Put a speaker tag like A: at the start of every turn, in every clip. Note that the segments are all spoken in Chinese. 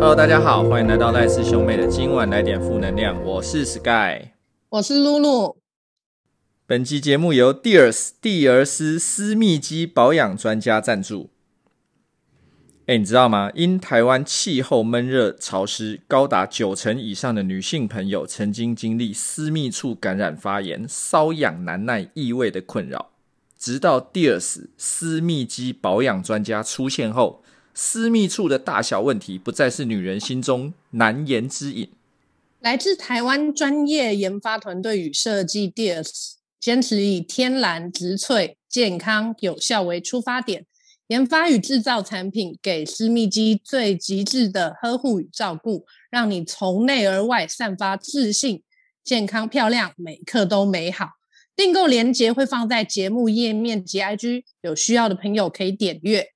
A: Hello，大家好，欢迎来到赖氏兄妹的今晚来点负能量，我是 Sky。
B: 我是露露，
A: 本期节目由蒂尔斯蒂尔斯私密肌保养专家赞助。哎，你知道吗？因台湾气候闷热潮湿，高达九成以上的女性朋友曾经经历私密处感染、发炎、瘙痒难耐、异味的困扰。直到蒂尔斯私密肌保养专家出现后，私密处的大小问题不再是女人心中难言之隐。
B: 来自台湾专业研发团队与设计 DS，坚持以天然、植萃、健康、有效为出发点，研发与制造产品，给私密肌最极致的呵护与照顾，让你从内而外散发自信、健康、漂亮，每一刻都美好。订购链接会放在节目页面及 IG，有需要的朋友可以点阅。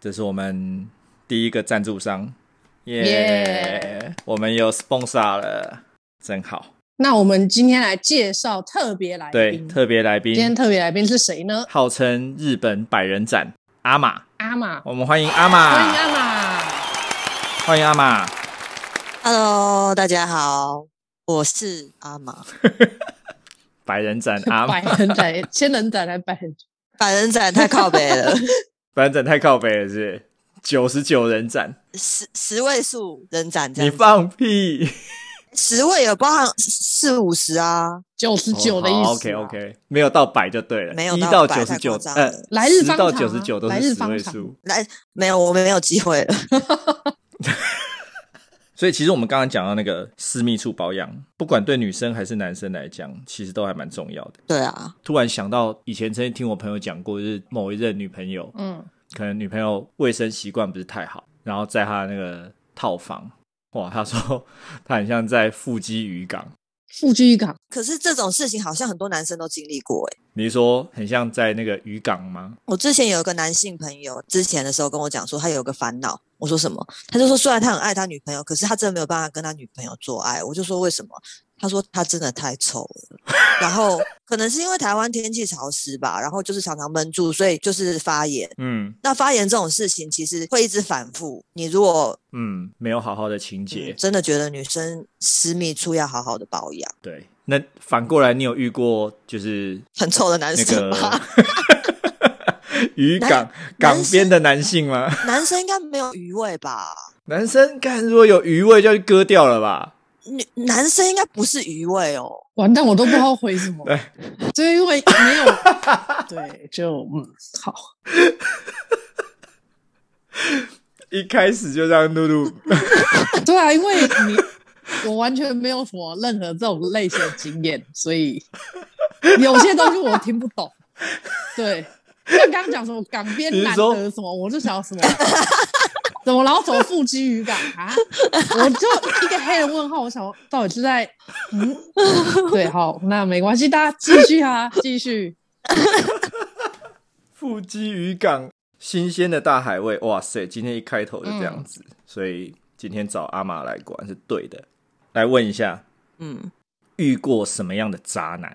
A: 这是我们第一个赞助商，耶、
B: 耶
A: 我们有 sponsor 了，真好。
B: 那我们今天来介绍特别来
A: 对，
B: 宾，
A: 特别来
B: 今天
A: 宾
B: 特别来宾是谁呢？
A: 号称日本百人斩阿玛，
B: 阿玛，
A: 我们欢迎阿
B: 欢迎
A: 玛，
B: 阿玛。
A: 欢迎阿玛。
C: Hello，大家好，我是阿玛，
A: 百人斩阿玛
B: 百，人斩、千人斩还百人斩，
C: 百人斩太靠北 了，
A: 百人斩太靠北了是九十九人斩，
C: 十十位数人斩这
A: 你
C: 样子，
A: 放屁！
C: 十位有包含四五十啊，
B: 九十九的意思、
A: OK OK，没哦有到百就对了，
C: 没有
A: 一
C: 到
A: 到
C: 百
A: 九十九
C: 太夸，张了
A: 呃，
B: 来日
A: 10
B: 方
A: 到
B: 长啊
A: 九十九都
B: 来
A: 是
B: 日
A: 十
B: 方
A: 位
B: 长
A: 数。
C: 来没有，我们没有机会了，
A: 所以其实我们刚刚讲到那个私密处保养，不管对女生还是男生来讲，其实都还蛮重要的。
C: 对啊，
A: 突然想到以前曾经听我朋友讲过，就是某一任女朋友，
B: 嗯，
A: 可能女朋友卫生习惯不是太好，然后在她那个套房，哇，他说他很像在腹肌渔港，
B: 富居港
C: 可是这种事情好像很多男生都经历过、欸，
A: 你是说很像在那个渔港吗？
C: 我之前有一个男性朋友，之前的时候跟我讲说他有个烦恼，我说什么？他就说虽然他很爱他女朋友，可是他真的没有办法跟他女朋友做爱。我就说为什么？他说他真的太臭了，然后可能是因为台湾天气潮湿吧，然后就是常常闷住，所以就是发炎。
A: 嗯
C: 那发炎这种事情其实会一直反复。你如果、
A: 嗯，没有好好的清
C: 嗯
A: 洁，
C: 真的觉得女生私密处要好好的保养，
A: 对。那反过来，你有遇过就是
C: 很臭的男
A: 那
C: 生
A: 个
C: 吧？
A: 渔港
C: 男
A: 港边的男性吗？
C: 男生应该没有余味吧？
A: 男生看如果有余味就要去割掉了吧？
C: 女男生应该不是余味哦。
B: 完蛋，我都不知道回什 么
A: 对，
B: 就因为没有，对，就嗯，好，
A: 一开始就让露露，
B: 对啊，因为你我完全没有什么任何这种类型的经验，所以有些东西我听不懂，对，像刚刚讲什么港边
A: 你是
B: 难
A: 说
B: 得什么，我就想什么。怎么，然后怎么腹肌渔港啊？我就一个黑人问号，我想说到底是在嗯，对，好，那没关系，大家继续啊，继续。
A: 腹肌渔港，新鲜的大海味，哇塞！今天一开头就这样子，所以今天找阿玛来果然是对的。来问一下，
C: 嗯，
A: 遇过什么样的渣男？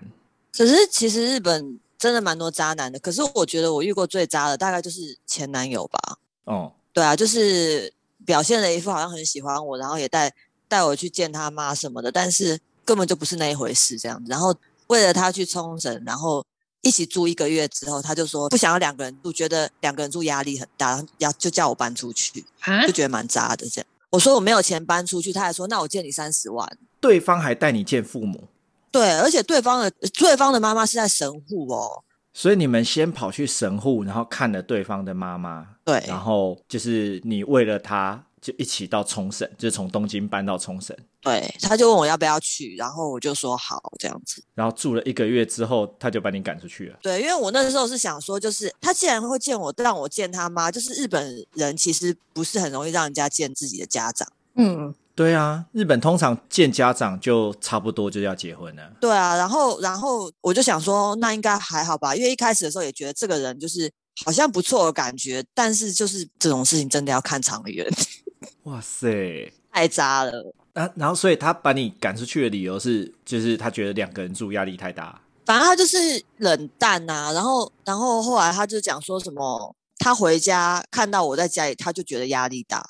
C: 可是其实日本真的蛮多渣男的，可是我觉得我遇过最渣的大概就是前男友吧。
A: 哦，
C: 对啊，就是表现了一副好像很喜欢我，然后也带带我去见他妈什么的，但是根本就不是那一回事这样子。然后为了他去冲绳，然后一起住一个月之后，他就说不想要两个人住，觉得两个人住压力很大，然后要就叫我搬出去，
B: 啊
C: 就觉得蛮渣的这样。我说我没有钱搬出去，他还说那我借你三十万。
A: 对方还带你见父母，
C: 对，而且对方的对方的妈妈是在神户哦，
A: 所以你们先跑去神户，然后看了对方的妈妈，
C: 对，
A: 然后就是你为了他就一起到冲绳，就是从东京搬到冲绳。
C: 对，他就问我要不要去，然后我就说好这样子。
A: 然后住了一个月之后，他就把你赶出去了。
C: 对，因为我那时候是想说，就是他既然会见我，让我见他妈，就是日本人其实不是很容易让人家见自己的家长。
B: 嗯，
A: 对啊，日本通常见家长就差不多就要结婚了。
C: 对啊，然后然后我就想说，那应该还好吧，因为一开始的时候也觉得这个人就是好像不错的感觉，但是就是这种事情真的要看长远，
A: 哇塞！
C: 太渣了。
A: 啊，然后所以他把你赶出去的理由是，就是他觉得两个人住压力太大。
C: 反正他就是冷淡呐、然后然后后来他就讲说什么，他回家看到我在家里，他就觉得压力大。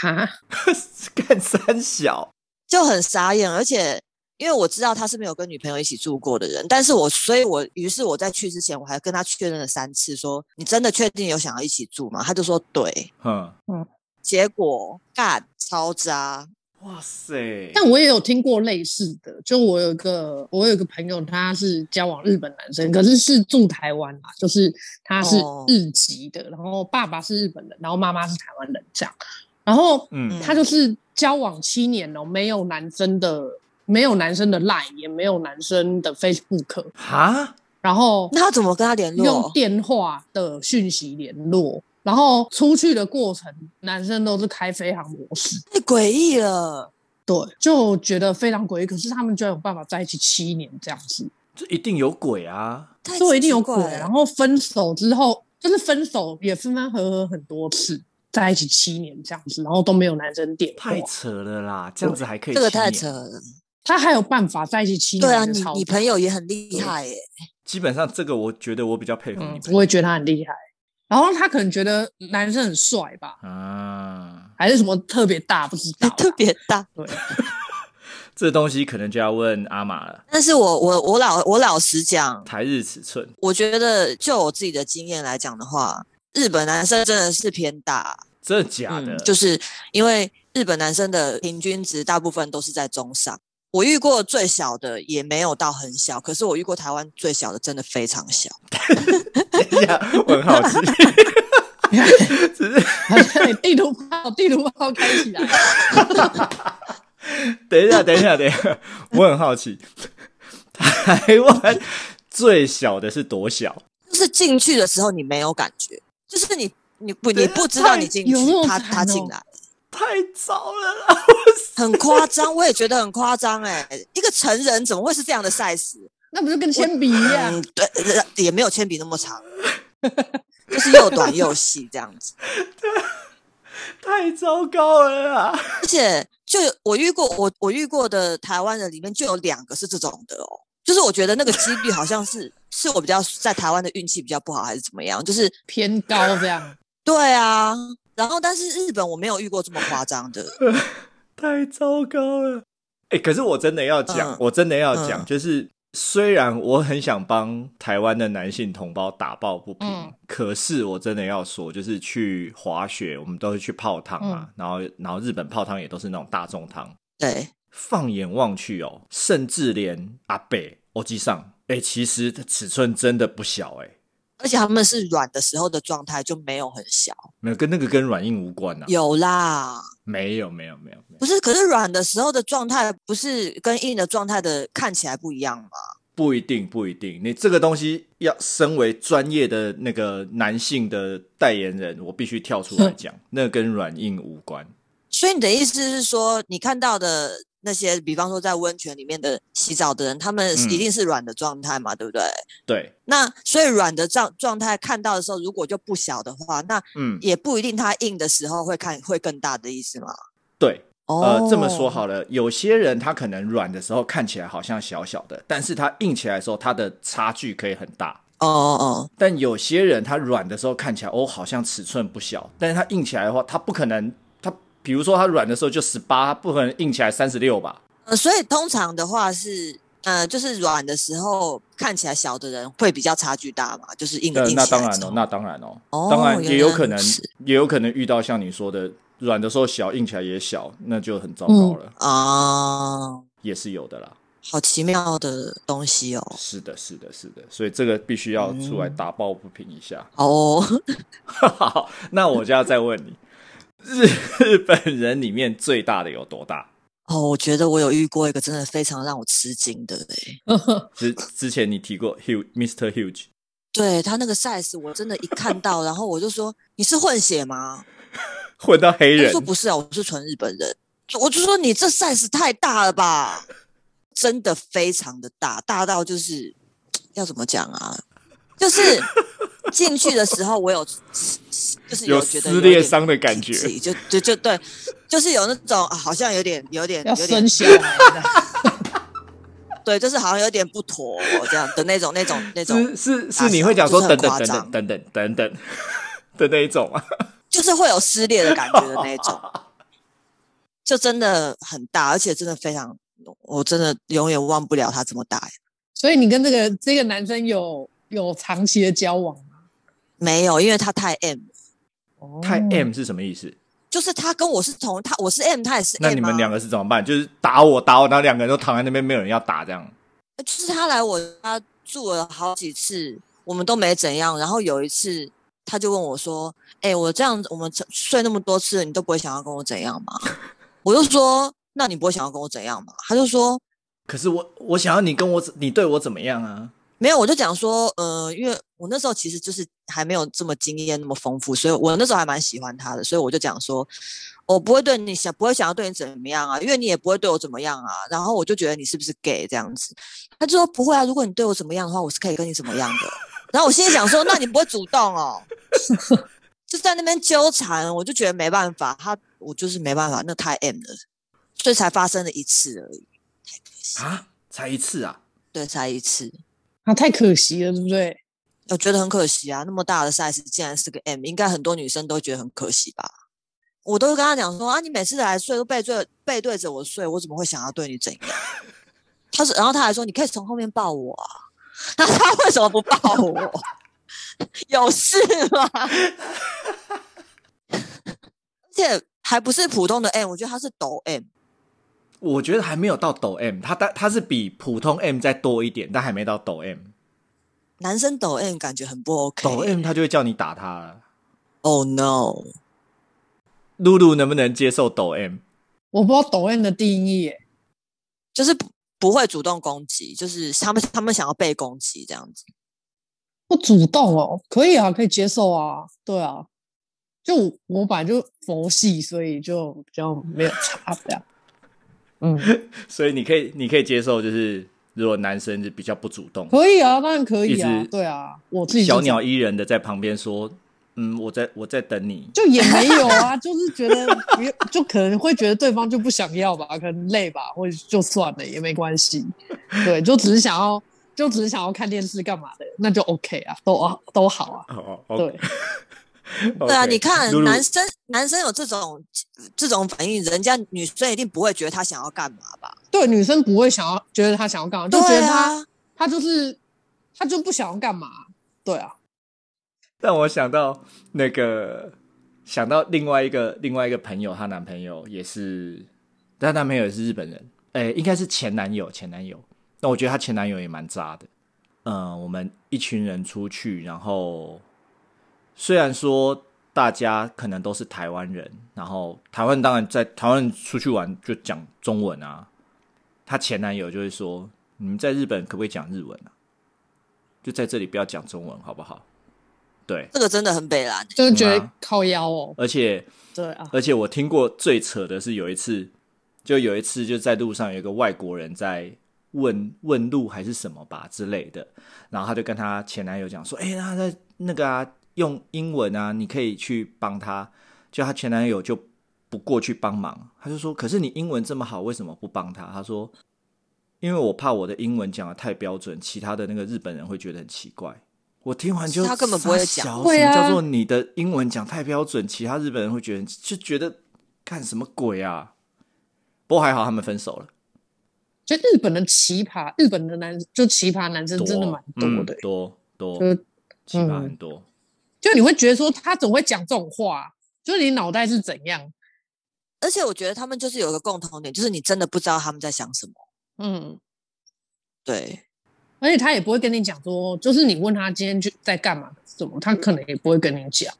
B: 哈，
A: 干三小，
C: 就很傻眼，而且因为我知道他是没有跟女朋友一起住过的人，但是我所以我，于是我在去之前，我还跟他确认了三次说，你真的确定有想要一起住吗？他就说对，
A: 哼，
C: 结果干超渣，
A: 哇塞，
B: 但我也有听过类似的，就我有一个我有一个朋友，他是交往日本男生，可是是住台湾啦，就是他是
C: 哦
B: 日籍的，然后爸爸是日本人，然后妈妈是台湾人这样，然后
A: 嗯
B: 他就是交往七年哦，没有男生的没有男生的 Line，也没有男生的 Facebook，
A: 哈，
B: 然后
C: 那他怎么跟他联
B: 用
C: 络？哦
B: 电话的讯息联络，然后出去的过程，男生都是开飞行模式，
C: 太诡异了，
B: 对，就觉得非常诡异。可是他们居然有办法在一起七年这样子，
A: 这一定有鬼啊！
C: 太
B: 所以一定有
C: 奇
B: 鬼。啊
C: 怪了
B: 然后分手之后，就是分手也分分合合很多次，在一起七年这样子，然后都没有男生电话
A: 太。扯了啦，这样子还可以
C: 这个
A: 七
C: 太
A: 年
C: 扯了。
B: 他还有办法在一起七年？
C: 对啊，
B: 真的
C: 你
B: 超
C: 你朋友也很厉害耶、
A: 基本上这个我觉得我比较佩服
B: 嗯
A: 你，
B: 我也觉得他很厉害。然后他可能觉得男生很帅吧，
A: 啊，
B: 还是什么特别大，不知道
C: 还
B: 啦。
C: 特别大。
B: 对，
A: 这东西可能就要问阿玛了。
C: 但是我我我老我老实讲，
A: 台日尺寸，
C: 我觉得就我自己的经验来讲的话，日本男生真的是偏大，
A: 真的假的？
C: 嗯， 就是因为日本男生的平均值大部分都是在中上。我遇过最小的也没有到很小，可是我遇过台湾最小的真的非常小，
A: 等一下，我很好奇，只是
B: 对，地图炮，地图炮开起来。
A: 等一下，等一下，等一下， 我很好奇，台湾最小的是多小？
C: 就是进去的时候你没有感觉，就是你你不
A: 对
C: 你不知道你进去
B: 有那，种
C: 他
B: 惨
C: 他进
B: 哦
C: 来。
A: 太糟了啦！
C: 很夸张，我也觉得很夸张哎，一个成人怎么会是这样的 size？
B: 那不是跟铅笔一样？
C: 嗯，对，呃也没有铅笔那么长， 就是又短又细这样子。
A: 太糟糕了啦！
C: 而且就有我遇过，我我遇过的台湾人里面就有两个是这种的哦，就是我觉得那个几率好像是是我比较在台湾的运气比较不好，还是怎么样？就是
B: 偏高这样，
C: 对啊，然后但是日本我没有遇过这么夸张的，
A: 太糟糕了。哎、可是我真的要讲，
C: 嗯
A: 我真的要讲，
C: 嗯
A: 就是虽然我很想帮台湾的男性同胞打抱不平，
B: 嗯
A: 可是我真的要说，就是去滑雪，我们都是去泡汤嘛，
C: 嗯
A: 然后然后日本泡汤也都是那种大众汤，
C: 对，
A: 放眼望去哦，甚至连阿北、欧基上，哎、其实尺寸真的不小哎、
C: 而且他们是软的时候的状态就没有很小，
A: 没有跟那个跟软硬无关呐、啊，
C: 有啦。
A: 没有没有没有没有，
C: 不是，可是软的时候的状态不是跟硬的状态的看起来不一样吗？
A: 不一定，不一定。你这个东西要身为专业的那个男性的代言人，我必须跳出来 讲，那跟软硬无关。
C: 所以你的意思是说，你看到的那些，比方说在温泉里面的洗澡的人，他们
A: 嗯
C: 一定是软的状态嘛，对不对？
A: 对，
C: 那所以软的状状态看到的时候，如果就不小的话，那
A: 嗯，
C: 也不一定他硬的时候会看会更大的意思嘛。
A: 对。
C: 哦
A: 呃，这么说，好了，有些人他可能软的时候看起来好像小小的，但是他硬起来的时候，他的差距可以很大。
C: 哦哦
A: 但有些人他软的时候看起来哦，好像尺寸不小，但是他硬起来的话，他不可能，他比如说他软的时候就十八，不可能硬起来三十六吧？
C: 哦，呃，所以通常的话是，呃，就是软的时候看起来小的人会比较差距大嘛，就是硬
A: 呃
C: 硬，起
A: 那
C: 来
A: 当然
C: 之
A: 哦
C: 后，
A: 那当然哦，
C: 哦
A: 当然也有可能
C: 原来如此，
A: 也有可能遇到像你说的，软的时候小，硬起来也小，那就很糟糕
C: 嗯
A: 了，
C: 啊。
A: 也是有的啦。
C: 好奇妙的东西哦。
A: 是的，是的，是的，所以这个必须要出来打抱不平一下。
C: 好哦，
A: 好，那我就要再问你， 日日本人里面最大的有多大？
C: 哦，我觉得我有遇过一个真的非常让我吃惊的欸诶，
A: 之之前你提过 huge Mr. Huge，
C: 对他那个 size，我真的一看到，然后我就说你是混血吗？
A: 混到黑
C: 他就
A: 人
C: 说，不是啊，我是纯日本人。我就说你这 size 太大了吧，真的非常的大，大到就是要怎么讲啊？就是进去的时候，我有就是
A: 有
C: 觉得
A: 撕
C: 点
A: 裂伤的感觉
C: 脾气就就就对，就是有那种、啊、好像有点有点
B: 要
C: 有点
B: 生小孩的，
C: 对，就是好像有点不妥、这样的那种、那种、那种，啊
A: 是是是，你会讲说
C: 就
A: 等
C: 是
A: 等
C: 很夸
A: 等
C: 张
A: 等 等等等等的那一种吗？啊
C: 就是会有撕裂的感觉的那一种。就真的很大，而且真的非常，我真的永远忘不了他这么大。
B: 所以你跟这个这个男生有有长期的交往吗？
C: 没有，因为他太 M，
B: 哦
A: 太 M 是什么意思？
C: 就是他跟我是同他，我是 M，他也是 M、啊。
A: 那你们两个是怎么办？就是打我打我，然后两个人都躺在那边，没有人要打这样。
C: 就是他来我家住了好几次，我们都没怎样。然后有一次，他就问我说：“哎、我这样子，我们睡那么多次，你都不会想要跟我怎样吗？” 我就说：“那你不会想要跟我怎样吗？”他就说
A: 可是我我想要你跟我你对我怎么样啊？：“
C: 没有。”我就讲说：“呃，因为我那时候其实就是还没有这么经验那么丰富，所以我那时候还蛮喜欢他的，所以我就讲说。”我不会对你想，不会想要对你怎么样啊，因为你也不会对我怎么样啊。然后我就觉得你是不是 gay 这样子？他就说不会啊，如果你对我怎么样的话，我是可以跟你怎么样的。然后我心里想说，那你不会主动哦， 就在那边纠缠，我就觉得没办法，他我就是没办法，那太 M 了，所以才发生了一次而已，太可惜，
A: 啊，才一次啊！
C: 对，才一次，
B: 啊，太可惜了，对不对？
C: 我觉得很可惜啊，那么大的 size 竟然是个 M，应该很多女生都觉得很可惜吧。我都跟他讲说啊，你每次来睡都背对背对着我睡，我怎么会想要对你怎样？他是，然后他还说你可以从后面抱我啊， 那他为什么不抱我？ 有事吗？ 而且还不是普通的 M，我觉得他是抖 M，
A: 我觉得还没有到抖 M，它它它是比普通 M 再多一点，但还没到抖 M。
C: 男生抖 M 感觉很不 OK。
A: 抖 M 他就会叫你打他啊了。
C: Oh no！
A: 露露能不能接受抖 M？
B: 我不知道抖 M 的定义耶，
C: 就是不不会主动攻击，就是他们他们想要被攻击这样子。
B: 不主动哦，可以啊，可以接受啊，对啊，就我我本来就佛系，所以就比较没有差这样。嗯，
A: 所以你可以你可以接受，就是如果男生是比较不主动，
B: 可以啊，当然可以
A: 一
B: 啊
A: 直，
B: 对啊，我自己是
A: 小
B: 这样
A: 鸟依人的在旁边说：“嗯，我在我在等你。
B: 就也没有啊， 就是觉得不用，就可能会觉得对方就不想要吧，可能累吧，或者就算了也没关系。对，就只是想要，就只是想要看电视干嘛的，那就 OK 啊，都啊都好啊。
A: 哦”
B: 对
A: OK，
C: 对啊，你看
A: 露露
C: 男生男生有这种这种反应，人家女生一定不会觉得他想要干嘛吧？
B: 对，女生不会想要觉得他想要干嘛，就觉
C: 对
B: 得他、
C: 啊，
B: 他就是他就不想要干嘛。对啊，
A: 让我想到那个，想到另外一个另外一个朋友，她男朋友也是，她男朋友也是日本人，哎、应该是前男友，前男友。那我觉得她前男友也蛮渣的。嗯，我们一群人出去，然后虽然说大家可能都是台湾人，然后台湾当然在台湾人出去玩就讲中文啊。她前男友就会说：“你们在日本可不可以讲日文啊？就在这里不要讲中文，好不好？”对，
C: 这个真的很北蓝、欸
B: 就是觉
A: 嗯
B: 得
A: 啊
B: 靠腰哦。
A: 而且
B: 对啊，
A: 而且我听过最扯的是有一次，就有一次就在路上有一个外国人在问问路还是什么吧之类的，然后他就跟他前男友讲说：“哎、那他在那个啊，用英文啊，你可以去帮他。”就他前男友就不过去帮忙，他就说：“可是你英文这么好，为什么不帮他？”他说：“因为我怕我的英文讲的太标准，其他的那个日本人会觉得很奇怪。”我听完就
C: 他根本不会
A: 傻
C: 讲
A: 小
B: 会
A: 什么
B: 啊
A: 叫做你的英文讲太标准，其他日本人会觉得就觉得干什么鬼啊？不过还好他们分手了，
B: 就日本的奇葩，日本的男就奇葩男生
A: 多
B: 真的蛮多
A: 嗯
B: 的，
A: 多多
B: 就
A: 奇葩
B: 嗯
A: 很多。
B: 就你会觉得说他总会讲这种话，啊就是你脑袋是怎样？
C: 而且我觉得他们就是有一个共同点，就是你真的不知道他们在想什么。
B: 嗯，
C: 对，
B: 而且他也不会跟你讲说，就是你问他今天去在干嘛什么，他可能也不会跟你讲。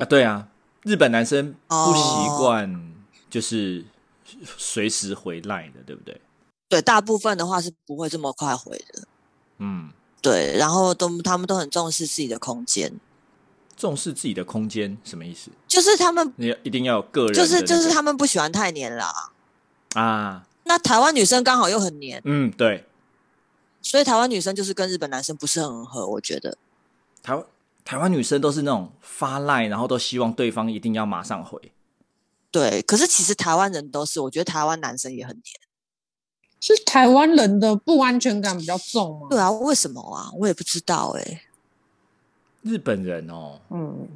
A: 啊，对啊，日本男生不习
C: 哦
A: 惯就是随时回来的，对不对？
C: 对，大部分的话是不会这么快回的。
A: 嗯，
C: 对，然后都他们都很重视自己的空间，
A: 重视自己的空间什么意思？
C: 就是他们
A: 你一定要有个人的
C: 就
A: 那个、
C: 是就是他们不喜欢太黏啦。
A: 啊，
C: 那台湾女生刚好又很黏，
A: 嗯，对，
C: 所以台湾女生就是跟日本男生不是很合，我觉得。
A: 台湾台湾女生都是那种发赖，然后都希望对方一定要马上回。
C: 对，可是其实台湾人都是，我觉得台湾男生也很黏。
B: 是台湾人的不安全感比较重吗？
C: 对啊，为什么啊？我也不知道哎、
A: 日本人哦，
B: 嗯，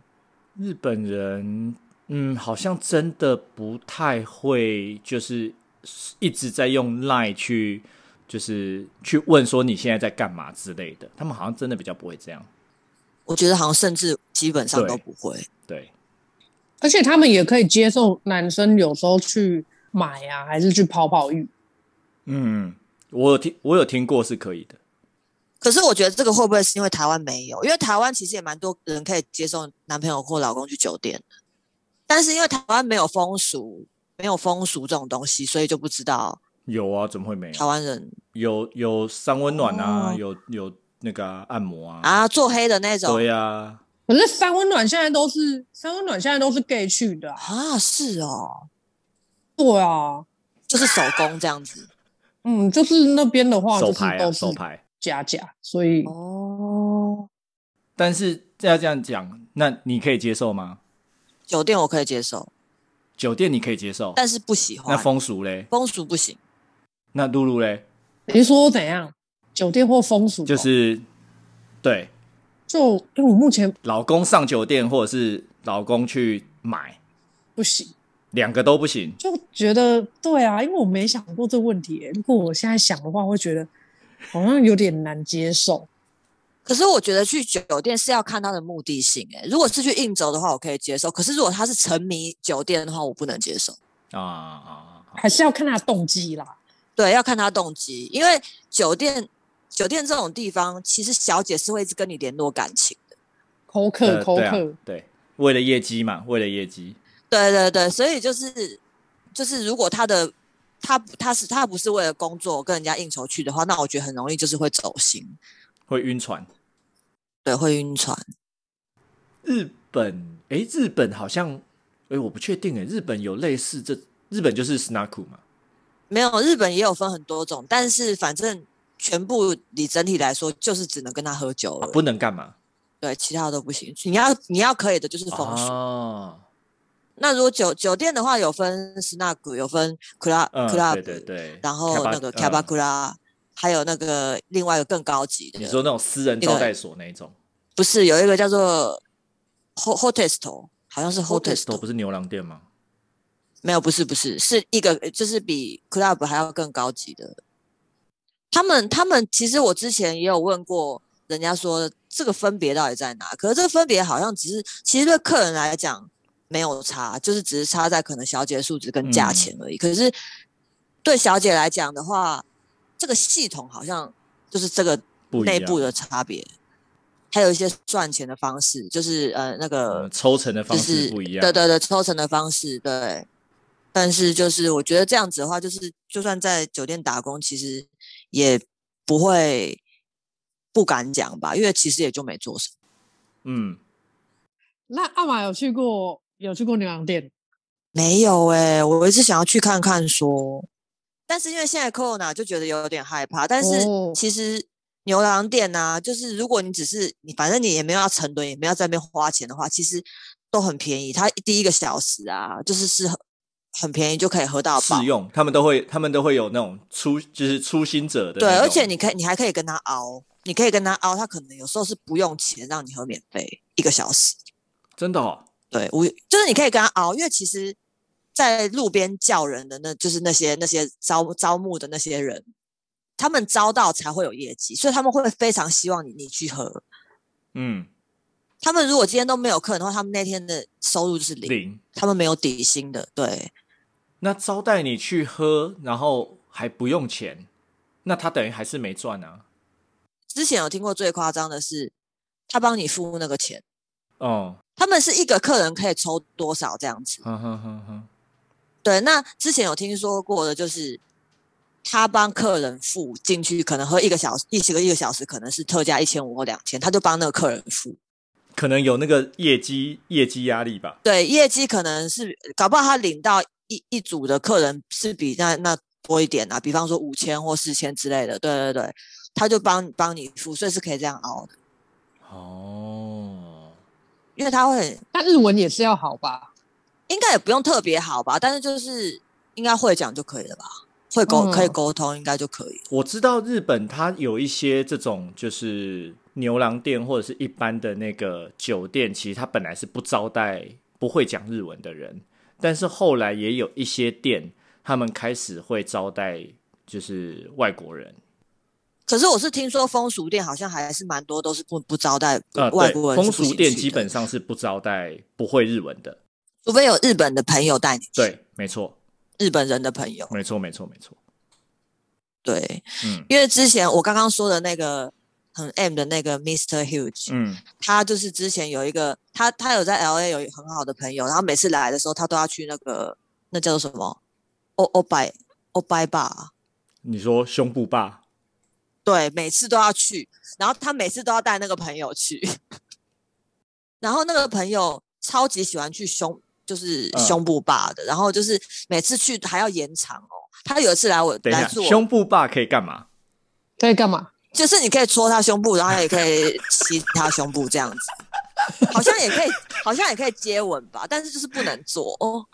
A: 日本人，嗯，好像真的不太会，就是一直在用 Line 去，就是去问说你现在在干嘛之类的。他们好像真的比较不会这样。
C: 我觉得好像甚至基本上
A: 对
C: 都不会。
A: 对，
B: 而且他们也可以接受男生有时候去买啊，还是去泡泡浴。
A: 嗯，我有听，我有听过是可以的。
C: 可是我觉得这个会不会是因为台湾没有？因为台湾其实也蛮多人可以接受男朋友或老公去酒店的，但是因为台湾没有风俗，没有风俗这种东西，所以就不知道
A: 有啊，怎么会没
C: 台
A: 有？
C: 湾人
A: 有有三温暖啊，
C: 哦
A: 有有那个啊、按摩啊，
C: 啊做黑的那种
A: 对啊，
B: 可是三温暖现在都是三温暖现在都是 gay 去的、啊，
C: 啊是哦，
B: 对啊，
C: 就是手工这样子
B: 嗯，就是那边的话
A: 手
B: 就是
A: 牌啊，
B: 都是
A: 手牌。
B: 假假，所以
C: 哦。
A: 但是要这样讲，那你可以接受吗？
C: 酒店我可以接受，
A: 酒店你可以接受，
C: 但是不喜欢
A: 那风俗嘞？
C: 风俗不行。
A: 那露露嘞？
B: 你说怎样？酒店或风俗哦
A: 就是对，
B: 就因为我目前
A: 老公上酒店或者是老公去买，
B: 不行，
A: 两个都不行。
B: 就觉得对啊，因为我没想过这个问题耶、如果我现在想的话，会觉得好像有点难接受。
C: 可是我觉得去酒店是要看他的目的性、欸，如果是去应酬的话，我可以接受。可是如果他是沉迷酒店的话，我不能接受。
A: 啊啊啊！
B: 还是要看他的动机啦。
C: 对，要看他动机，因为酒店酒店这种地方，其实小姐是会一直跟你联络感情的。
B: 口渴，
A: 呃
B: 口
A: 对啊
B: 渴，
A: 对，为了业绩嘛，为了业绩，
C: 对对对，所以就是就是，如果他的他他是他不是为了工作跟人家应酬去的话，那我觉得很容易就是会走心，
A: 会晕船。
C: 对，会晕船。
A: 日本，诶，日本好像，诶，我不确定，诶，日本有类似这，日本就是 snack 嘛，
C: 没有，日本也有分很多种，但是反正全部你整体来说就是只能跟他喝酒
A: 啊
C: 了，
A: 不能干嘛？
C: 对，其他的都不行。你要你要可以的就是风俗。
A: 哦，
C: 那如果酒酒店的话，有分 snug，有分 club、
A: 嗯，
C: club，
A: 对对对，
C: 然后
A: Kaba-
C: 那个
A: 嗯
C: c a b a c u r a 还有那个另外一个更高级的，
A: 你说那种私人招待所那一种
C: 不是有一个叫做 ho hotel，好像是
A: Hotel
C: hotel，
A: 不是牛郎店吗？
C: 没有，不是不是，是一个就是比 club 还要更高级的。他们他们其实我之前也有问过人家说这个分别到底在哪，可是这个分别好像只是其实对客人来讲没有差，就是只是差在可能小姐的素质跟
A: 嗯
C: 价钱而已。可是对小姐来讲的话，这个系统好像就是这个
A: 不一样
C: 内部的差别，还有一些赚钱的方式，就是呃那个
A: 呃，抽成的
C: 就
A: 方
C: 是
A: 式不一样，
C: 对对对，抽成的方式对。但是就是我觉得这样子的话，就是就算在酒店打工，其实也不会不敢讲吧，因为其实也就没做什么。
A: 嗯，
B: 那阿玛有去过，有去过牛郎店，
C: 没有诶、我一直想要去看看说，但是因为现在 corona 就觉得有点害怕，但是
B: 哦
C: 其实。牛郎店呐、就是如果你只是你，反正你也没有要成吨，也没有要在那边花钱的话，其实都很便宜。它第一个小时啊，就是是很很便宜就可以喝到饱
A: 试。用，他们都会，他们都会有那种初，就是初心者的那
C: 对，
A: 种，
C: 而且你可以，你还可以跟他熬，你可以跟他熬，他可能有时候是不用钱让你喝免费一个小时。
A: 真的哦，
C: 对，我就是你可以跟他熬，因为其实，在路边叫人的那，就是那些那些招招募的那些人，他们招到才会有业绩，所以他们会非常希望你你去喝。
A: 嗯，
C: 他们如果今天都没有客人的话，他们那天的收入就是零，
A: 零。
C: 他们没有底薪的。对，
A: 那招待你去喝，然后还不用钱，那他等于还是没赚啊。
C: 之前有听过最夸张的是，他帮你付那个钱，
A: 哦，
C: 他们是一个客人可以抽多少这样子。
A: 哼哼哼哼，
C: 对，那之前有听说过的，就是他帮客人付进去，可能喝一个小时，一起个一个小时，可能是特价一千五或两千，他就帮那个客人付。
A: 可能有那个业绩业绩压力吧。
C: 对，业绩可能是搞不好他领到一一组的客人是比那那多一点啊，比方说五千或四千之类的。对对对，他就帮帮你付，所以是可以这样熬的，
A: 哦，
C: 因为他会很
B: 但日文也是要好吧？
C: 应该也不用特别好吧，但是就是应该会讲就可以了吧，会沟、可以
B: 嗯
C: 沟通，应该就可以。
A: 我知道日本它有一些这种就是牛郎店或者是一般的那个酒店，其实它本来是不招待不会讲日文的人，但是后来也有一些店，他们开始会招待就是外国人，
C: 可是我是听说风俗店好像还是蛮多都是不不招待
A: 呃，
C: 外
A: 对
C: 国人
A: 风
C: 是不
A: 俗
C: 行
A: 店
C: 去
A: 基
C: 的
A: 本上是不招待不会日文的，
C: 除非有日本的朋友带你去，
A: 对，没错，
C: 日本人的朋友，
A: 没错，没错，没错，
C: 对，
A: 嗯
C: 因为之前我刚刚说的那个很 M 的那个 Mr. Huge，、
A: 嗯
C: 他就是之前有一个他他有在 L A 有很好的朋友，然后每次来的时候他都要去那个那叫做什么欧欧拜欧拜吧，
A: 你说胸部霸，
C: 对，每次都要去，然后他每次都要带那个朋友去， 然后那个朋友超级喜欢去胸就是
A: 嗯
C: 胸部吧的，然后就是每次去还要延长哦。他有一次来我
A: 等一
C: 来
A: 下，
C: 住我
A: 胸部霸可以干 嘛？
B: 可以干嘛？
C: 就是你可以戳他胸部，然后也可以吸他胸部这样子，好像也可以，好像也可以接吻吧，但是就是不能做哦，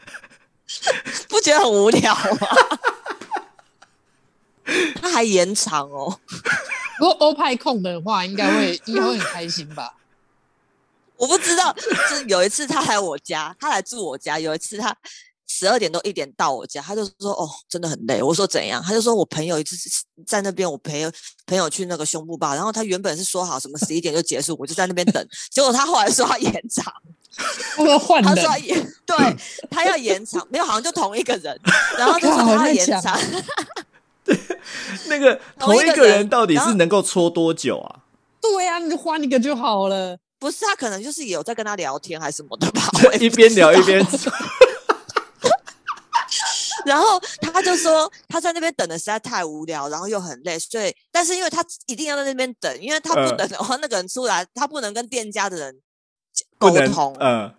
C: 不觉得很无聊吗？ 他还延长哦，
B: 如果欧派控的话，应该会应该会很开心吧？
C: 我不知道，是有一次他来我家，他来住我家，有一次他。十二点多一点到我家，他就说：“哦，真的很累。”我说：“怎样？”他就说：“我朋友一次在那边，我朋友朋友去那个胸部吧，然后他原本是说好什么十一点就结束，我就在那边等，结果他后来说他延长，
B: 他说换
C: 他
B: 人
C: 说，他延，对他要延长，没有，好像就同一个人，然后他说
B: 哇好
C: 他要
B: 会
C: 延
B: 讲
C: 长，
A: 那个同
C: 同一
A: 一
C: 个
A: 个
C: 人
A: 人到底
C: 然
A: 是
C: 后
A: 能够搓多久啊？
B: 对呀、啊，你就换一个就好了。
C: 不是他可能就是有在跟他聊天还是什么的吧， 我也
A: 一
C: 不
A: 边
C: 知
A: 聊一
C: 道
A: 边，
C: 然后他就说他在那边等的实在太无聊，然后又很累，所以但是因为他一定要在那边等，因为他不
A: 呃
C: 等的话，那个人出来，他不能跟店家的人
A: 不
C: 沟
A: 能
C: 通，
A: 嗯，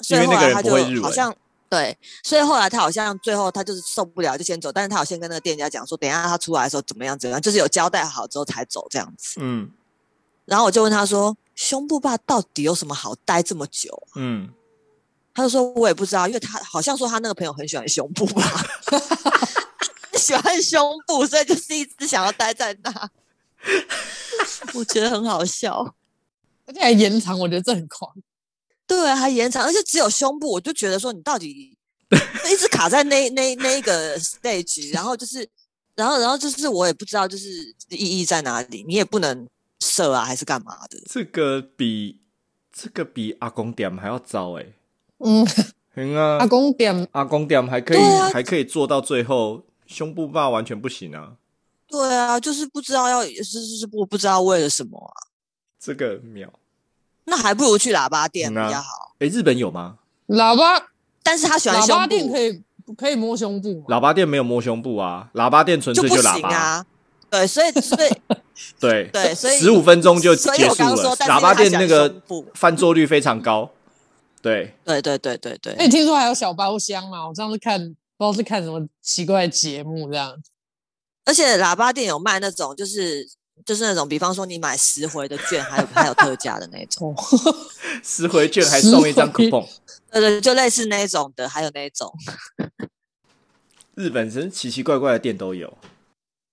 C: 所以
A: 因为
C: 后
A: 那个
C: 来
A: 人
C: 他
A: 不会日
C: 就好
A: 文
C: 像对，所以后来他好像最后他就是受不了就先走，但是他好像跟那个店家讲说，等一下他出来的时候怎么样怎么样，就是有交代好之后才走这样子。
A: 嗯
C: 然后我就问他说，胸部霸到底有什么好待这么久？
A: 嗯，
C: 他就说我也不知道，因为他好像说他那个朋友很喜欢胸部吧， 喜欢胸部，所以就是一直想要待在那。我觉得很好笑，
B: 而且还延长，我觉得这很狂。
C: 对啊，还延长，而且只有胸部，我就觉得说你 到底一直卡在那那那一个 stage，然后就是，然后然后就是我也不知道就是意义在哪里，你也不能射啊，还是干嘛的？
A: 这个比这个比阿公点还要糟哎、
B: 嗯，
A: 嗯啊，
B: 阿公点
A: 阿公点还可以、
C: 对啊
A: 还可以做到最后，胸部霸完全不行啊！
C: 对啊，就是不知道要是是是不不知道为了什么啊，
A: 这个秒，
C: 那还不如去喇叭店
A: 嗯
C: 比
A: 啊
C: 较好。
A: 诶，日本有吗？
B: 喇叭
C: 但是他喜欢
B: 喇
C: 胸
B: 叭
C: 部，
B: 店可以可以摸胸部吗？
A: 喇叭店没有摸胸部啊，喇叭店纯
C: 就
A: 粹
C: 不
A: 喇
C: 行
A: 叭，
C: 啊。对，所以所 以
A: 对
C: 对所以
A: 十五分钟就
C: 所以
A: 结
C: 我
A: 束
C: 刚刚
A: 了。
C: 说，但是
A: 喇叭店
C: 他
A: 那
C: 喜欢
A: 个
C: 胸部
A: 翻桌率非常高，对，
C: 对对对对对，
B: 哎、听说还有小包厢嘛？我上次看不知道是看什么奇怪的节目这样。
C: 而且喇叭店有卖那种就是就是那种，比方说你买十回的券，还有还有特价的那种，
B: 哦，
A: 十回券还送一张
B: 十回
A: coupon。
C: 对对，就类似那种的，还有那种
A: 日本真奇奇怪怪的店都有，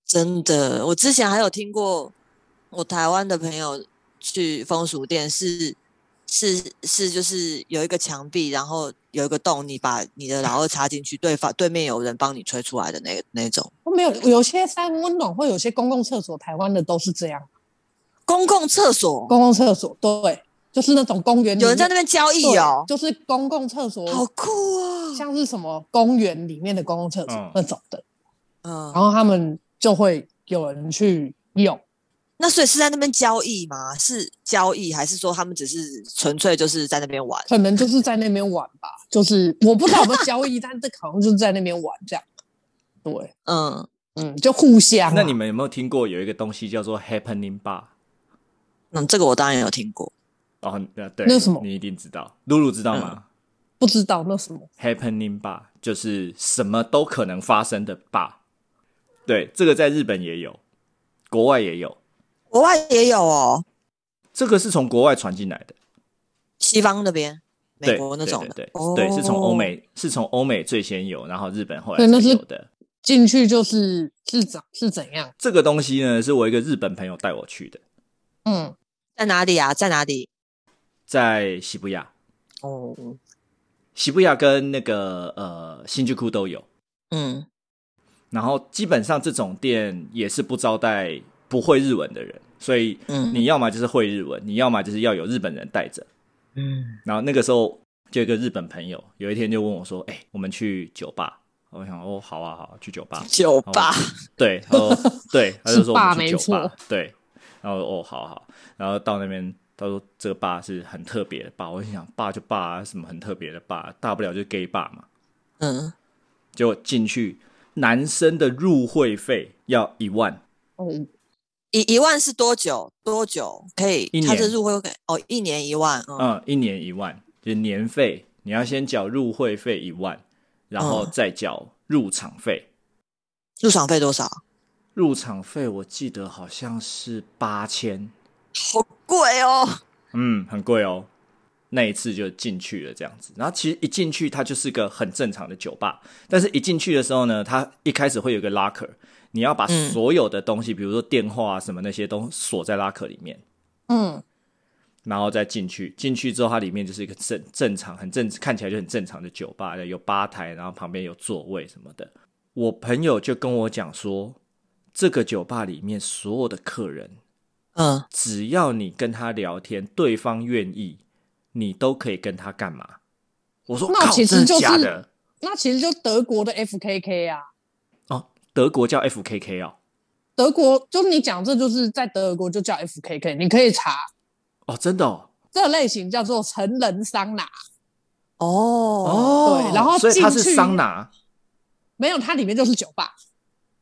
C: 真的，我之前还有听过我台湾的朋友去风俗店是。是是，就是有一个墙壁，然后有一个洞，你把你的老二插进去，对方对面有人帮你吹出来的那那种。
B: 哦没有，有些三温暖或有些公共厕所，台湾的都是这样。
C: 公共厕所
B: 公共厕所对，就是那种公园里
C: 有人在
B: 面
C: 那边交易
B: 对
C: 哦，
B: 就是公共厕所，
C: 好酷啊！
B: 像是什么公园里面的公共厕所、
A: 嗯
B: 那种的，然
C: 嗯，
B: 后他们就会有人去用。
C: 那所以是在那边交易吗？是交易，还是说他们只是纯粹就是在那边玩？
B: 可能就是在那边玩吧，就是我不知道有没有交易， 但这好像就是在那边玩这样。对，
C: 嗯，
B: 嗯，就互相啊、
A: 那你们有没有听过有一个东西叫做 Happening Bar？
C: 嗯，这个我当然有听过。
A: 哦，那对，
B: 那是什么嗯
A: 你一定知道，露露知道吗、
B: 不知道那什么
A: h a p p e n i n g Bar 就是什么都可能发生的 bar。对，这个在日本也有，国外也有，
C: 国外也有哦，
A: 这个是从国外传进来的，
C: 西方那边，美
A: 对，
C: 国那
A: 对
C: 种的，
A: 对对、
C: 哦
A: 对，是从欧。美，是从欧美最先有，然后日本后来
B: 对那
A: 才
B: 是
A: 有的。
B: 进去就是是怎是怎样？
A: 这个东西呢，是我一个日本朋友带我去的，
B: 嗯，
C: 在哪里啊？在哪里？
A: 在西布亚，
C: 哦，
A: 西布亚跟那个呃新居库都有。
C: 嗯，
A: 然后基本上这种店也是不招待不会日文的人，所以
C: 嗯
A: 你要么就是会日文，你要么就是要有日本人带着。
C: 嗯，
A: 然后那个时候就有一个日本朋友，有一天就问我说：“哎、我们去酒吧？”我想哦，好啊，好啊，去酒吧。
C: 酒吧，
A: 哦对，他 说对，他就说我们去
B: 是
A: 酒
B: 吧没
A: 吧，对，然后我说哦，好好，然后到那边，他说这个吧是很特别的吧，我心想吧就吧啊，什么很特别的吧，大不了就是 gay 吧嘛，
C: 嗯，
A: 结果进去，男生的入会费要一万，
B: 哦，
C: 一一万是多久？多久可以
A: 一？
C: 他
A: 年
C: 这入会费哦，一年一万，嗯，
A: 嗯，一年一万，就是年费，你要先缴入会费一万，然后
C: 嗯
A: 再缴入场费，
C: 入场费多少？
A: 入场费我记得好像是八千，
C: 好贵哦，
A: 嗯，很贵哦。那一次就进去了这样子，然后其实一进去它就是个很正常的酒吧，但是一进去的时候呢，它一开始会有一个 locker，你要把
C: 嗯
A: 所有的东西，比如说电话啊什么那些都锁在 locker 里面，
B: 嗯，
A: 然后再进去。进去之后，它里面就是一个正正常、很正看起来就很正常的酒吧，有吧台，然后旁边有座位什么的。我朋友就跟我讲说，这个酒吧里面所有的客人，
C: 嗯，
A: 只要你跟他聊天，对方愿意，你都可以跟他干嘛。我说，
B: 那
A: 靠，
B: 其
A: 真的
B: 实就是
A: 假的
B: 那其实就德国的 FKK 啊，
A: 哦，德国叫 FKK 哦，
B: 德国就你讲这就是在德国就叫 FKK，你可以查
A: 哦，真的哦，
B: 这类型叫做成人桑拿，
C: 哦，
A: 哦，
B: 对然后
A: 所以它是
B: 进去
A: 桑拿，
B: 没有它里面就是酒吧，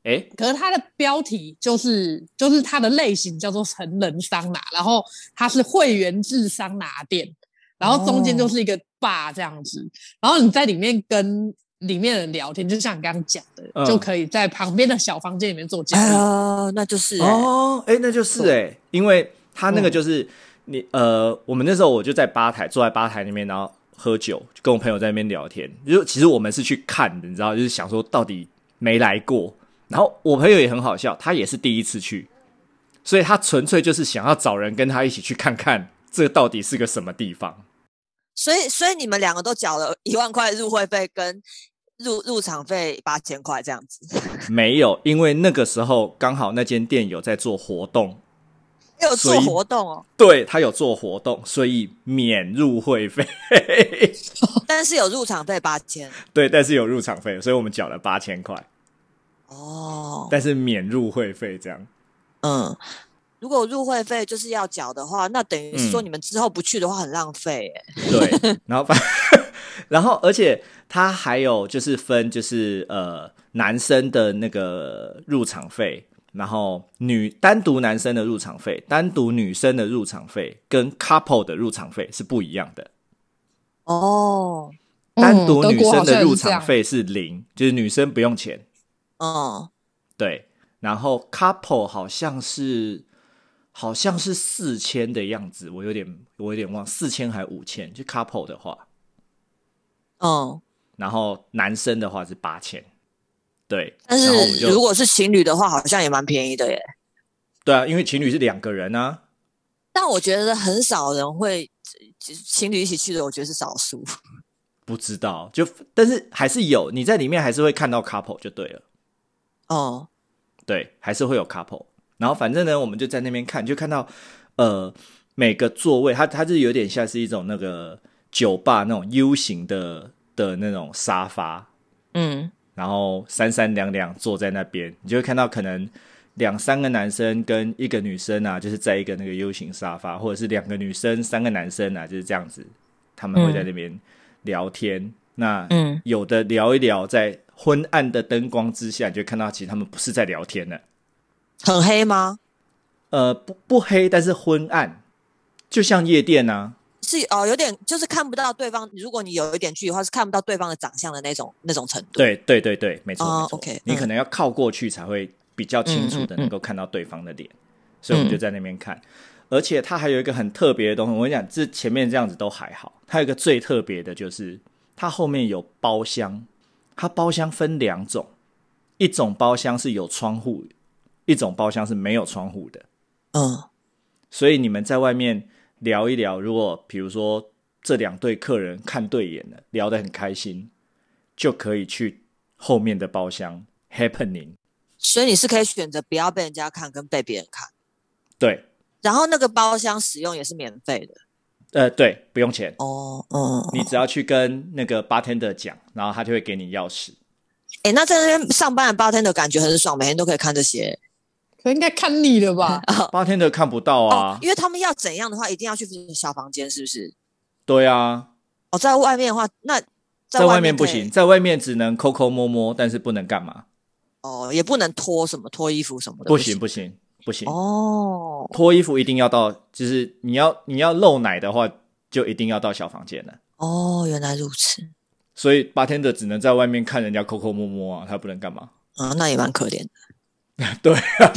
A: 诶，
B: 可是它的标题就是就是它的类型叫做成人桑拿，然后它是会员制桑拿店，然后中间
A: 哦
B: 就是一个 bar 这样子，然后你在里面跟里面人聊天，就像你刚刚讲的，
A: 嗯
B: 就可以在旁边的小房间里面做交
C: 哎
B: 易。
C: 呀，那就是哎
A: 哦，哎、那就是哎、因为他那个就是、你呃，我们那时候我就在吧台坐在吧台那边，然后喝酒，就跟我朋友在那边聊天。就其实我们是去看的，你知道，就是想说到底没来过。然后我朋友也很好笑，他也是第一次去，所以他纯粹就是想要找人跟他一起去看看这到底是个什么地方。
C: 所以，所以你们两个都缴了一万块入会费跟入入场费八千块这样子，
A: 没有，因为那个时候刚好那间店有在做活动，
C: 有
A: 所
C: 做
A: 以
C: 活动哦，
A: 对他有做活动，所以免入会费。
C: 但是有入场费八千
A: 对，但是有入场费，所以我们缴了八千块，
C: 哦。
A: 但是免入会费这样。
C: 嗯，如果入会费就是要缴的话，那等于是说
A: 嗯
C: 你们之后不去的话很浪费哎。
A: 对，然后反， 然后而且它还有就是分就是呃男生的那个入场费，然后女单独男生的入场费、单独女生的入场费跟 couple 的入场费是不一样的。
C: 哦，
A: 单独
B: 嗯德
A: 女
B: 国
A: 生
B: 好像
A: 的
B: 也
A: 入
B: 是这
A: 场
B: 样
A: 费是零，就是女生不用钱。
C: 嗯，
A: 对，然后 couple 好像是好像是四千的样子，我有点我有点忘，四千还五千，就 couple 的话，
C: 嗯，
A: 然后男生的话是八千，对，
C: 但
A: 然后我们
C: 是
A: 就
C: 如果是情侣的话，好像也蛮便宜的耶。
A: 对啊，因为情侣是两个人啊，
C: 但我觉得很少人会呃情侣一起去的，我觉得是少数。
A: 不知道就但是还是有你在里面还是会看到 couple 就对了，
C: 哦，
A: 对，还是会有 couple，然后反正呢，我们就在那边看，就看到呃每个座位，它它是有点像是一种那个酒吧那种 U 型的的那种沙发，
C: 嗯，
A: 然后三三两两坐在那边，你就会看到可能两三个男生跟一个女生啊，就是在一个那个 U 型沙发，或者是两个女生三个男生啊，就是这样子，他们会在那边聊天。那
C: 嗯
A: 有的聊一聊，在昏暗的灯光之下，你就会看到其实他们不是在聊天的，
C: 很黑吗？
A: 呃，不不黑，但是昏暗，就像夜店啊，
C: 是哦，有点就是看不到对方。如果你有一点距离的话，是看不到对方的长相的那种那种程度。，
A: 对对对对，没错、
C: 哦
A: 没错。
C: OK，
A: 你可能要靠过去才会比较清楚的
C: 嗯嗯嗯嗯
A: 能够看到对方的脸，所以我们就在那边看。而且它还有一个很特别的东西，我跟你讲，这前面这样子都还好，它有一个最特别的就是它后面有包厢，它包厢分两种，一种包厢是有窗户，一种包厢是没有窗户的。
C: 嗯
A: 所以你们在外面聊一聊，如果比如说这两对客人看对眼了，聊得很开心，就可以去后面的包厢 happening。
C: 所以你是可以选择不要被人家看，跟被别人看。
A: 对，
C: 然后那个包厢使用也是免费的
A: 呃，对，不用钱，
C: 哦，嗯，
A: 你只要去跟那个 bartender 讲，然后他就会给你钥匙。
C: 哎，那在那边上班的 bartender 感觉很爽，每天都可以看这些
B: 可应该看腻了 吧？
A: bartender 看不到
C: 哦
A: 啊，，
C: 因为他们要怎样的话，一定要去小房间，是不是？
A: 对啊，
C: 哦，在外面的话，那
A: 在
C: 外
A: 外面不
C: 可以
A: 行，在外面只能抠抠摸摸，但是不能干嘛？
C: 哦，也不能脱什么脱衣服什么的，
A: 不行，不行，不行。
C: 呃哦
A: 脱衣服一定要到，就是你要你要露奶的话，就一定要到小房间了。
C: 哦，原来如此，
A: 所以 bartender 只能在外面看人家抠抠摸摸啊，他不能干嘛？
C: 嗯，那也蛮可怜的。
A: 对啊。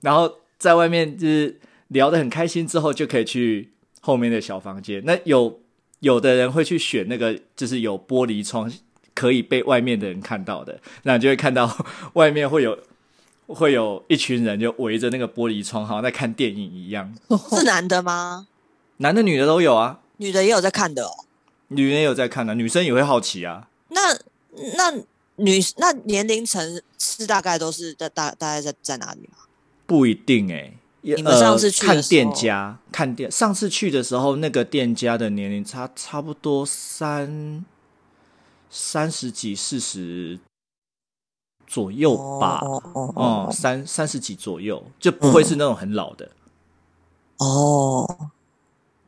A: 然后在外面就是聊得很开心之后，就可以去后面的小房间。那有有的人会去选那个，就是有玻璃窗可以被外面的人看到的，那你就会看到外面会有 会有一群人就围着那个玻璃窗，好像在看电影一样。
C: 是男的吗？
A: 男的女的都有啊，
C: 女的也有在看的哦。
A: 女人也有在看啊，女生也会好奇啊。
C: 那那女那年龄层是大概都是在大大概在在哪里啊？
A: 不一定哎、也
C: 你们上次去的
A: 呃、
C: 时候
A: 看店家，看店上次去的时候，那个店家的年龄差差不多三三十几、四十左右吧，哦，
C: 哦哦哦
A: 三三十几左右，就不会是那种很老的。
C: 嗯哦，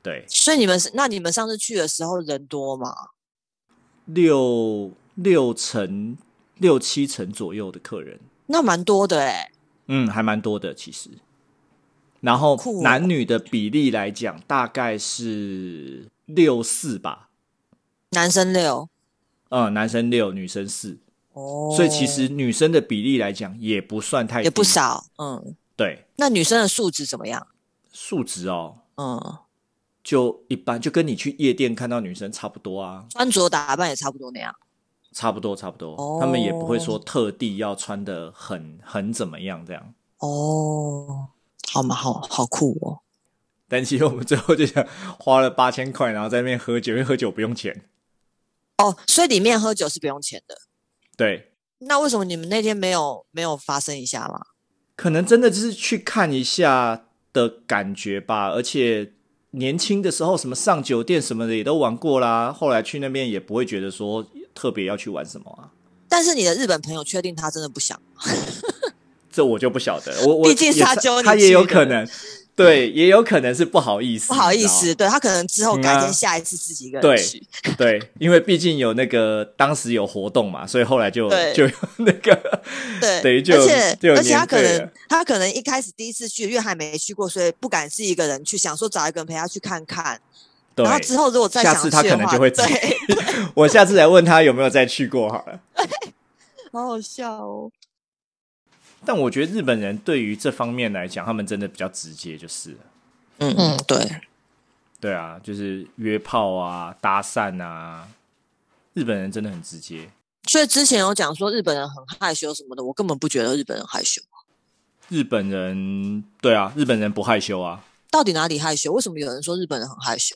A: 对，
C: 所以你们是那你们上次去的时候人多吗？
A: 六六成六七成左右的客人，
C: 那蛮多的哎、
A: 嗯，还蛮多的其实。然后
C: 酷哦
A: 男女的比例来讲，大概是六四吧，
C: 男生六
A: 嗯，男生六，女生四，
C: 哦，
A: 所以其实女生的比例来讲也不算太低
C: 也不。少，嗯。
A: 对，
C: 那女生的素质怎么样？
A: 数值哦，
C: 嗯，
A: 就一般，就跟你去夜店看到女生差不多啊，
C: 穿着打扮也差不多那样。
A: 差不多差不多。
C: 哦
A: 他们也不会说特地要穿的很很怎么样这样。
C: 哦，好嘛，好好酷哦。
A: 但其实我们最后就想花了八千块，然后在那边喝酒，因为喝酒不用钱。
C: 哦，所以里面喝酒是不用钱的。
A: 对，
C: 那为什么你们那天没有没有发生一下吗？
A: 可能真的就是去看一下的感觉吧。而且年轻的时候，什么上酒店什么的也都玩过啦，后来去那边也不会觉得说特别要去玩什么啊。
C: 但是你的日本朋友确定他真的不想？
A: 这我就不晓得，我我
C: 毕竟是他
A: 也
C: 揪你
A: 他
C: 去
A: 也有
C: 的嗯
A: 可能，对，也有可能是不好意思，
C: 不好意
A: 你
C: 思，
A: 知
C: 对他可能之后
A: 嗯
C: 改
A: 啊
C: 天下一次自己一个
A: 对
C: 人去。
A: 道吗，对，因为毕竟有那个当时有活动嘛，所以后来就
C: 对
A: 就有那个，
C: 对，
A: 等于就有
C: 而且
A: 就有
C: 而且他
A: 年
C: 可
A: 费
C: 能
A: 了
C: 他可能一开始第一次去，因为还没去过，所以不敢自己一个人去，想说找一个人陪他去看看。
A: 对
C: 然，后之后如果再
A: 下
C: 想
A: 次
C: 去
A: 他可
C: 的
A: 能
C: 话，
A: 就会自己
C: 对，
A: 我下次来问他有没有再去过好了。
C: 好好笑哦。
A: 但我觉得日本人对于这方面来讲，他们真的比较直接，就是了
C: 嗯嗯，对，
A: 对啊，就是约炮啊、搭讪啊，日本人真的很直接。
C: 所以之前有讲说日本人很害羞什么的，我根本不觉得日本人害羞。
A: 日本人对啊，日本人不害羞啊，
C: 到底哪里害羞？为什么有人说日本人很害羞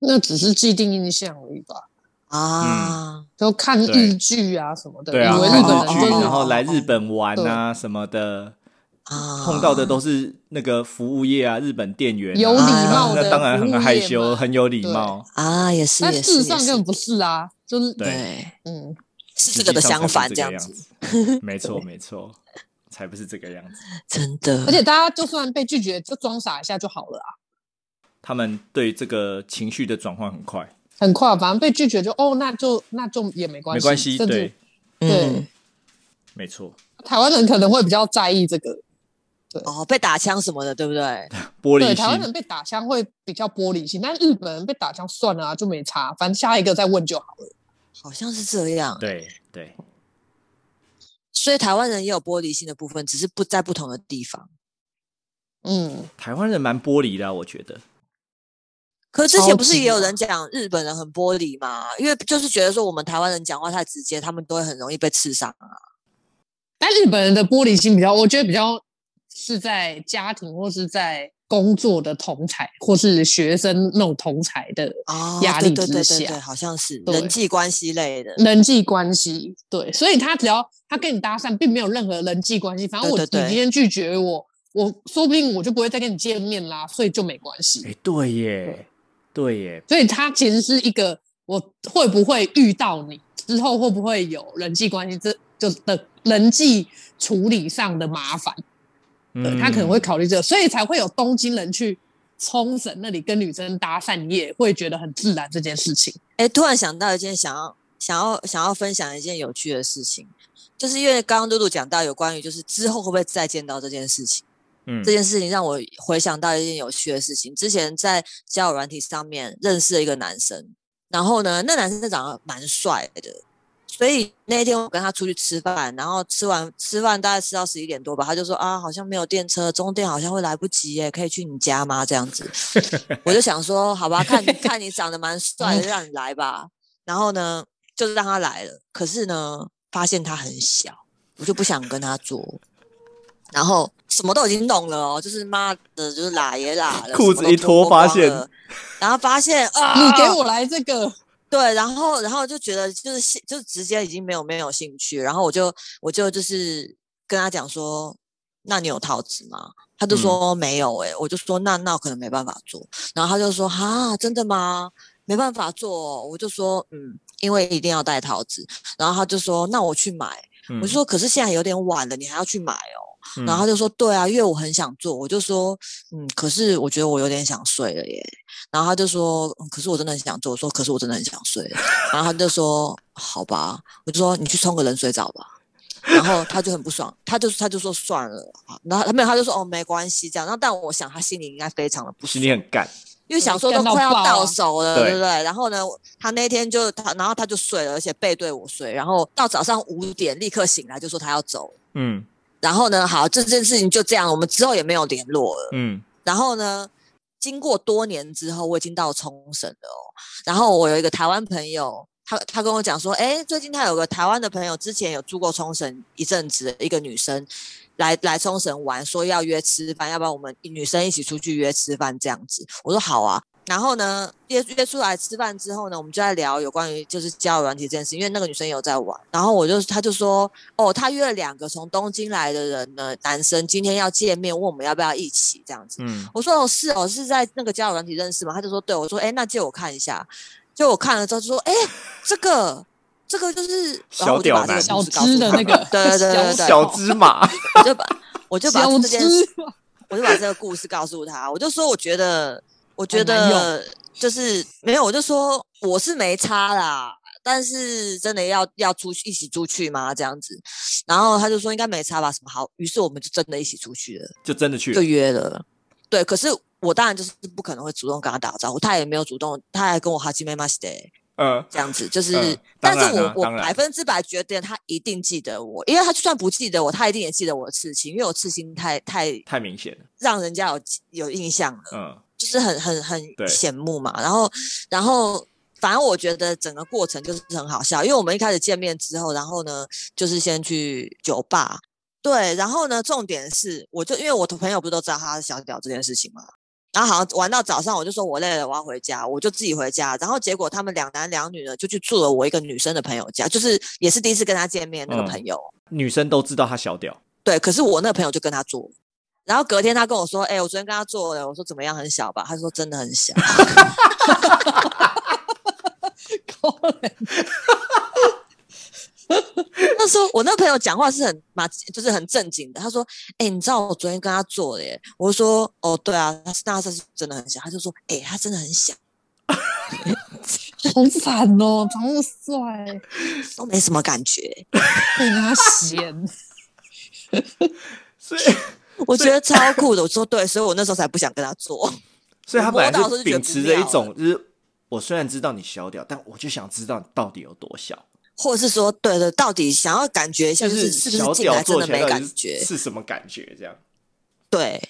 B: 那只是既定印象而已吧？
C: 啊？
A: 嗯
B: 就看
A: 对
B: 日剧啊什么的，
A: 对啊，
B: 以为
A: 看
B: 日
A: 日
B: 本人
A: 剧，
B: 就是
A: 然后来日本玩啊什么的，
C: 啊，
A: 碰到的都是那个服务业啊，日本店员啊、
B: 有礼
C: 貌的
A: 那当然很害
B: 服务业
A: 羞，
B: 嘛
A: 很有礼貌。
C: 啊，也是，
B: 但
C: 也
B: 事实
C: 是，
B: 上
C: 也是
B: 根本不是啊，就是
A: 对
B: 嗯，
C: 是这个的相反，
A: 实
C: 这
A: 际上
C: 样
A: 才不
C: 子，
A: 是这个样子，没 错没错，才不是这个样子。
C: 真的。
B: 而且大家就算被拒绝，就装傻一下就好了啊，
A: 他们对这个情绪的转换很快，
B: 很快，反正被拒绝就哦，那就那就也没关
A: 没
B: 系，
A: 关系，
B: 甚至
A: 对，
C: 嗯
B: 对，
A: 没错。
B: 台湾人可能会比较在意这个，
C: 哦，被打枪什么的，对不对？
A: 玻璃
B: 对，台湾人
A: 心，
B: 被打枪会比较玻璃心，但日本人被打枪算了啊，就没差，反正下一个再问就好了。
C: 好像是这样。
A: 对对
C: 所以台湾人也有玻璃心的部分，只是不在不同的地方。
B: 嗯，
A: 台湾人蛮玻璃的啊，我觉得。
C: 可之前不是也
B: 超
C: 有
B: 级啊
C: 人讲日本人很玻璃嘛？因为就是觉得说我们台湾人讲话太直接，他们都会很容易被刺伤啊。
B: 但日本人的玻璃心比较，我觉得比较是在家庭或是在工作的同才或是学生那种同才的
C: 哦，
B: 压
C: 对
B: 力
C: 对
B: 之
C: 对对
B: 下
C: 对，好像是
B: 对嗯
C: 人际关系类的，
B: 人际关系。对，所以他只要他跟你搭讪，并没有任何人际关系，反正我
C: 对对对
B: 你今天拒绝我，我说不定我就不会再跟你见面啦，所以就没关系。
A: 哎、对耶，对耶，
B: 所以它其实是一个我会不会遇到你之后会不会有人际关系这就的人际处理上的麻烦，
A: 嗯
B: 对，他可能会考虑这个，所以才会有东京人去冲绳那里跟女生搭讪，你也会觉得很自然这件事情。
C: 哎，突然想到一件想要想要想要分享一件有趣的事情，就是因为刚刚露露讲到有关于就是之后会不会再见到这件事情，
A: 嗯
C: 这件事情让我回想到一件有趣的事情。之前在交友软体上面认识了一个男生，然后呢，那男生长得蛮帅的。所以那天我跟他出去吃饭，然后吃完吃饭大概吃到十一点多吧，他就说啊，好像没有电车，终点好像会来不及耶，可以去你家吗？这样子，我就想说，好吧，看看你长得蛮帅的，就让你来吧。然后呢，就让他来了。可是呢，发现他很小，我就不想跟他做。然后什么都已经弄了哦，就是妈的，就是拉也拉了，
A: 裤
C: 什
A: 子
C: 么都
A: 一脱发
C: 光
A: 现
C: 了，然后发现啊，
B: 你给我来这个，
C: 对，然后然后就觉得就是兴就直接已经没有没有兴趣，然后我就我就就是跟他讲说，那你有桃子吗？他就说、没有诶、我就说那那我可能没办法做，然后他就说哈真的吗？没办法做哦、我就说嗯，因为一定要带桃子，然后他就说那我去买，
A: 嗯
C: 我就说可是现在有点晚了，你还要去买哦。
A: 嗯
C: 然后他就说：“对啊，因为我很想做。”我就说：“嗯，可是我觉得我有点想睡了耶。”然后他就说：“嗯可是我真的很想做。”我说：“可是我真的很想睡了。”然后他就说：“好吧。”我就说：“你去冲个冷水澡吧。”然后他就很不爽，他就他就说算了，好然后没有他就说哦没关系这样。然后但我想他心里应该非常的不
A: 心
C: 爽，
A: 里很干，
C: 因为想说
B: 干
C: 都
B: 到
C: 快要
B: 爆啊
C: 到手了，
A: 对
C: 对不对？然后呢，他那天就他然后他就睡了，而且背对我睡，然后到早上五点立刻醒来就说他要走了
A: 嗯
C: 然后呢，好，这件事情就这样，我们之后也没有联络了。
A: 嗯
C: 然后呢，经过多年之后，我已经到冲绳了哦。然后我有一个台湾朋友，他他跟我讲说，哎，最近他有个台湾的朋友，之前有住过冲绳一阵子的一个女生，来来冲绳玩，说要约吃饭，要不然我们女生一起出去约吃饭这样子。我说好啊。然后呢，约约出来吃饭之后呢，我们就在聊有关于就是交友软体这件事，因为那个女生有在玩。然后我就他就说，哦，他约了两个从东京来的人呢，男生今天要见面，问我们要不要一起这样子。
A: 嗯，
C: 我说哦是哦是在那个交友软体认识吗？他就说对，我说哎那借我看一下，就我看了之后就说哎这个这个就是然后我就把这个
B: 小
C: 故事告诉
B: 只的
C: 他
B: 那个
C: 对对对对对，
A: 小芝麻，
C: 我就把我就把
B: 小
C: 这
B: 只
C: 件事我就把这个故事告诉他，我就说我觉得我觉
B: 好难
C: 得就是没有，我就说我是没差啦。但是真的要要出去一起出去吗？这样子，然后他就说应该没差吧，什么好，于是我们就真的一起出去了。
A: 就真的去
C: 就
A: 了，
C: 约了。对，可是我当然就是不可能会主动跟他打招呼，他也没有主动，他还跟我哈基妹妈西得
A: 呃，
C: 这样子，就是，
A: 嗯当
C: 但是
A: 然
C: 我
A: 啊
C: 我
A: 当然
C: 百分之百决定他一定记得我，因为他就算不记得我，他一定也记得我的刺青，因为我刺青太太
A: 太明显了，
C: 让人家有有印象了，
A: 嗯
C: 就是很很很
A: 对
C: 显目嘛。然后然后反正我觉得整个过程就是很好笑，因为我们一开始见面之后，然后呢就是先去酒吧。对，然后呢，重点是，我就因为我的朋友不是都知道他是小屌这件事情嘛，然后好像玩到早上，我就说我累了，我要回家，我就自己回家。然后结果他们两男两女呢，就去住了我一个女生的朋友家，就是也是第一次跟他见面那个
A: 嗯
C: 朋友。
A: 女生都知道他小屌，
C: 对，可是我那个朋友就跟他做，然后隔天他跟我说：“哎、我昨天跟他做了。”我说：“怎么样？很小吧？”他说：“真的很小。
B: 狗嘞”
C: 那时候我那个朋友讲话是很嘛，就是很正经的。他说：“哎、你知道我昨天跟他做的耶？”我就说：“哦，对啊，他那他是真的很小。”他就说：“哎、他真的很小，
B: 好惨哦，长那么帅，
C: 都没什么感觉。
B: 被人家嫌。
A: 所以”
C: 我觉得超酷的。我说：“对，所以我那时候才不想跟他做。
A: 所以他
C: 我摸
A: 本来
C: 到的时候
A: 是
C: 就觉得
A: 秉
C: 不
A: 持着一
C: 妙
A: 种，就是我虽然知道你小屌，但我就想知道你到底有多小，”
C: 或者是说，对对，到底想要感觉一下，
A: 就
C: 就是是
A: 小
C: 不是进来
A: 屌
C: 真
A: 做
C: 的
A: 起来
C: 没
A: 到底
C: 感
A: 是
C: 觉？
A: 是什么感觉？这样，
C: 对。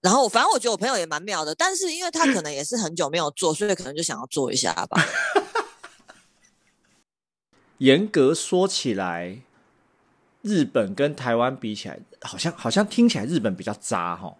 C: 然后反正我觉得我朋友也蛮妙的，但是因为他可能也是很久没有做，所以可能就想要做一下吧。
A: 严格说起来，日本跟台湾比起来，好像好像听起来日本比较渣哈，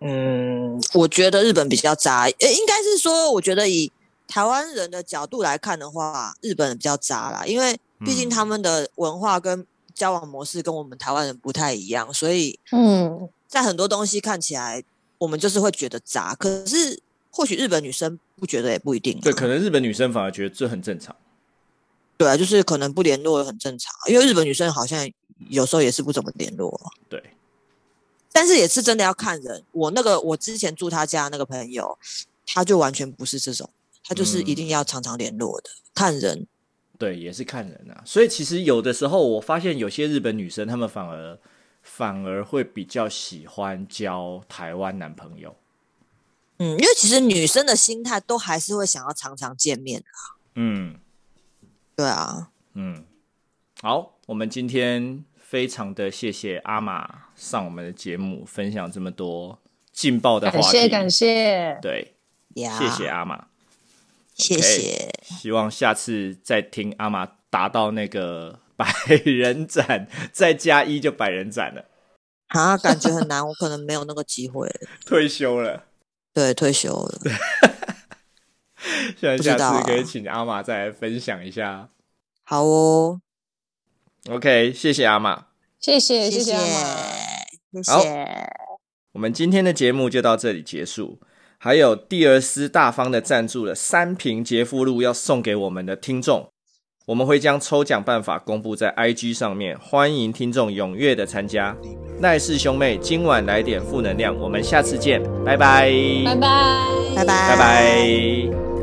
C: 嗯，我觉得日本比较渣，呃，应该是说，我觉得以台湾人的角度来看的话，日本人比较渣啦，因为毕竟
A: 嗯
C: 他们的文化跟交往模式跟我们台湾人不太一样，所以
B: 嗯，
C: 在很多东西看起来，我们就是会觉得渣。可是或许日本女生不觉得也不一定啊、
A: 对，可能日本女生反而觉得这很正常。
C: 对啊，就是可能不联络很正常，因为日本女生好像有时候也是不怎么联络。
A: 对，
C: 但是也是真的要看人。我那个我之前住他家那个朋友，他就完全不是这种，他就是一定要常常联络的，看人。
A: 对，也是看人啊。所以其实有的时候，我发现有些日本女生，她们反而反而会比较喜欢交台湾男朋友。
C: 嗯，因为其实女生的心态都还是会想要常常见面啊。
A: 嗯
C: 对啊，
A: 嗯，好，我们今天非常的谢谢阿玛上我们的节目，分享这么多劲爆的话
B: 感
A: 题。
B: 谢感谢，
A: 对，
C: 呀，
A: 谢啊谢，阿玛，
C: 谢谢，
A: 希望下次再听阿玛达到那个百人斩，再加一就百人斩了，
C: 啊，感觉很难，我可能没有那个机会，
A: 退休了。
C: 对，退休了。
A: 希望下
C: 不知道啊
A: 次可以请阿玛再来分享一下。
C: 好哦，
A: OK，谢谢阿玛，
B: 谢谢
C: 谢
B: 谢
C: 谢，
B: 阿玛，
C: 谢
A: 好
C: 谢，
A: 我们今天的节目就到这里结束。还有蒂尔斯大方的赞助了三瓶洁肤露，要送给我们的听众。我们会将抽奖办法公布在 IG 上面，欢迎听众踊跃的参加。赖氏兄妹，今晚来点负能量，我们下次见，拜拜，
B: 拜拜，
C: 拜拜，
A: 拜拜